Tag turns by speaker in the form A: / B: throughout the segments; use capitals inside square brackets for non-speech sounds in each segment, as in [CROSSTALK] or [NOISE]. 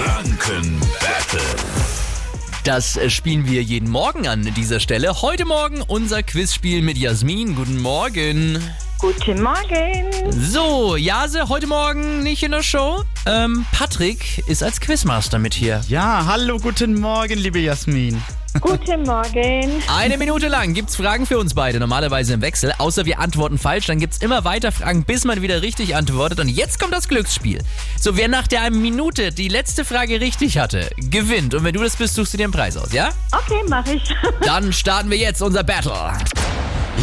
A: Franken Battle.
B: Das äh, spielen wir jeden Morgen an dieser Stelle. Heute Morgen unser Quizspiel mit Jasmin. Guten Morgen.
C: Guten Morgen.
B: So, Jase, heute Morgen nicht in der Show. Ähm, Patrick ist als Quizmaster mit hier.
D: Ja, hallo, guten Morgen, liebe Jasmin.
C: Guten Morgen.
B: Eine Minute lang gibt's Fragen für uns beide, normalerweise im Wechsel, außer wir antworten falsch, dann gibt's immer weiter Fragen, bis man wieder richtig antwortet und jetzt kommt das Glücksspiel. So, wer nach der einen Minute die letzte Frage richtig hatte, gewinnt und wenn du das bist, suchst du dir einen Preis aus, ja?
C: Okay, mache ich.
B: Dann starten wir jetzt unser Battle.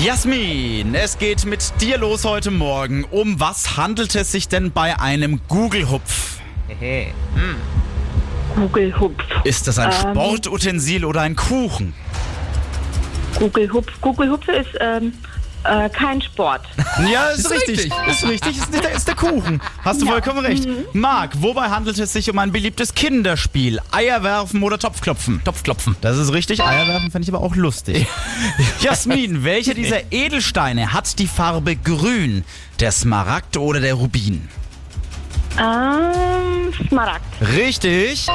D: Jasmin, es geht mit dir los heute Morgen. Um was handelt es sich denn bei einem Google-Hupf?
C: Google Hupf.
D: Ist das ein Sportutensil oder ein Kuchen?
C: Google Hupf. Google Hupf ist ähm, äh, kein Sport.
D: Ja, ist,
B: Ist
D: richtig. Mhm.
B: richtig.
D: Ist richtig, ist, nicht, ist der Kuchen. Hast du vollkommen recht. Marc, wobei handelt es sich um ein beliebtes Kinderspiel? Eierwerfen oder Topfklopfen?
B: Topfklopfen.
D: Das ist richtig. Eierwerfen fände ich aber auch [LAUGHS] lustig. Jasmin, welcher dieser Edelsteine hat die Farbe grün? Der Smaragd oder der Rubin?
C: Ähm, Smaragd.
D: Richtig.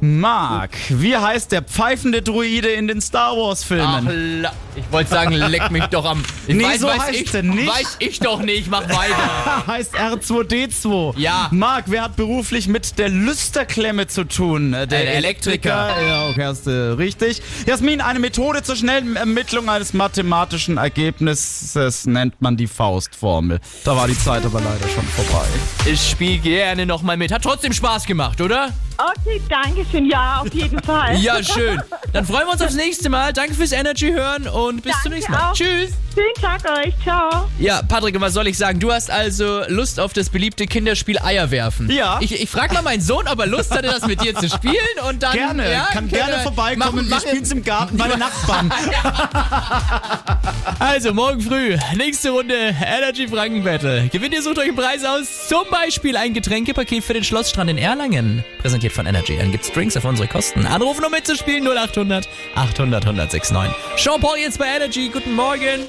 D: Marc, wie heißt der pfeifende Druide in den Star
B: Ach,
D: Wars-Filmen?
B: la- ich wollte sagen, leck mich doch am. Ich
D: Nee, so heißt
B: ich,
D: er nicht.
B: Weiß ich doch nicht, mach weiter.
D: Er [LAUGHS] heißt R2D2.
B: Ja.
D: Marc, wer hat beruflich mit der Lüsterklemme zu tun? Äh, Der
B: Äh, der Elektriker.
D: Ja, okay, hast du richtig. Jasmin, eine Methode zur schnellen Ermittlung eines mathematischen Ergebnisses nennt man die Faustformel. Da war die Zeit aber leider schon vorbei.
B: Ich spiel gerne nochmal mit. Hat trotzdem Spaß gemacht, oder?
C: Okay, danke schön. Ja, auf jeden Fall.
B: Ja, schön. Dann freuen wir uns aufs nächste Mal. Danke fürs Energy hören und bis zum
C: Danke
B: nächsten Mal.
C: auch.
B: Tschüss.
C: Schönen Tag euch. Ciao.
B: Ja, Patrick, und was soll ich sagen? Du hast also Lust auf das beliebte Kinderspiel Eier werfen.
D: Ja.
B: Ich, ich frag mal meinen Sohn, ob er Lust hatte, das mit dir zu spielen und dann.
D: Gerne,
B: ja,
D: kann
B: können
D: gerne
B: wir-
D: vorbeikommen. Wir
B: Mach, mach,
D: spielen's im Garten bei den Nachbarn.
B: also, morgen früh, nächste Runde Energy Franken Battle. Gewinnt ihr, sucht euch einen Preis aus. Zum Beispiel ein Getränkepaket für den Schlossstrand in Erlangen. Präsentiert von Energy. Dann gibt's Drinks auf unsere Kosten. Anrufen, um mitzuspielen, 0800 800 1069. Jean-Paul jetzt bei Energy. Guten Morgen.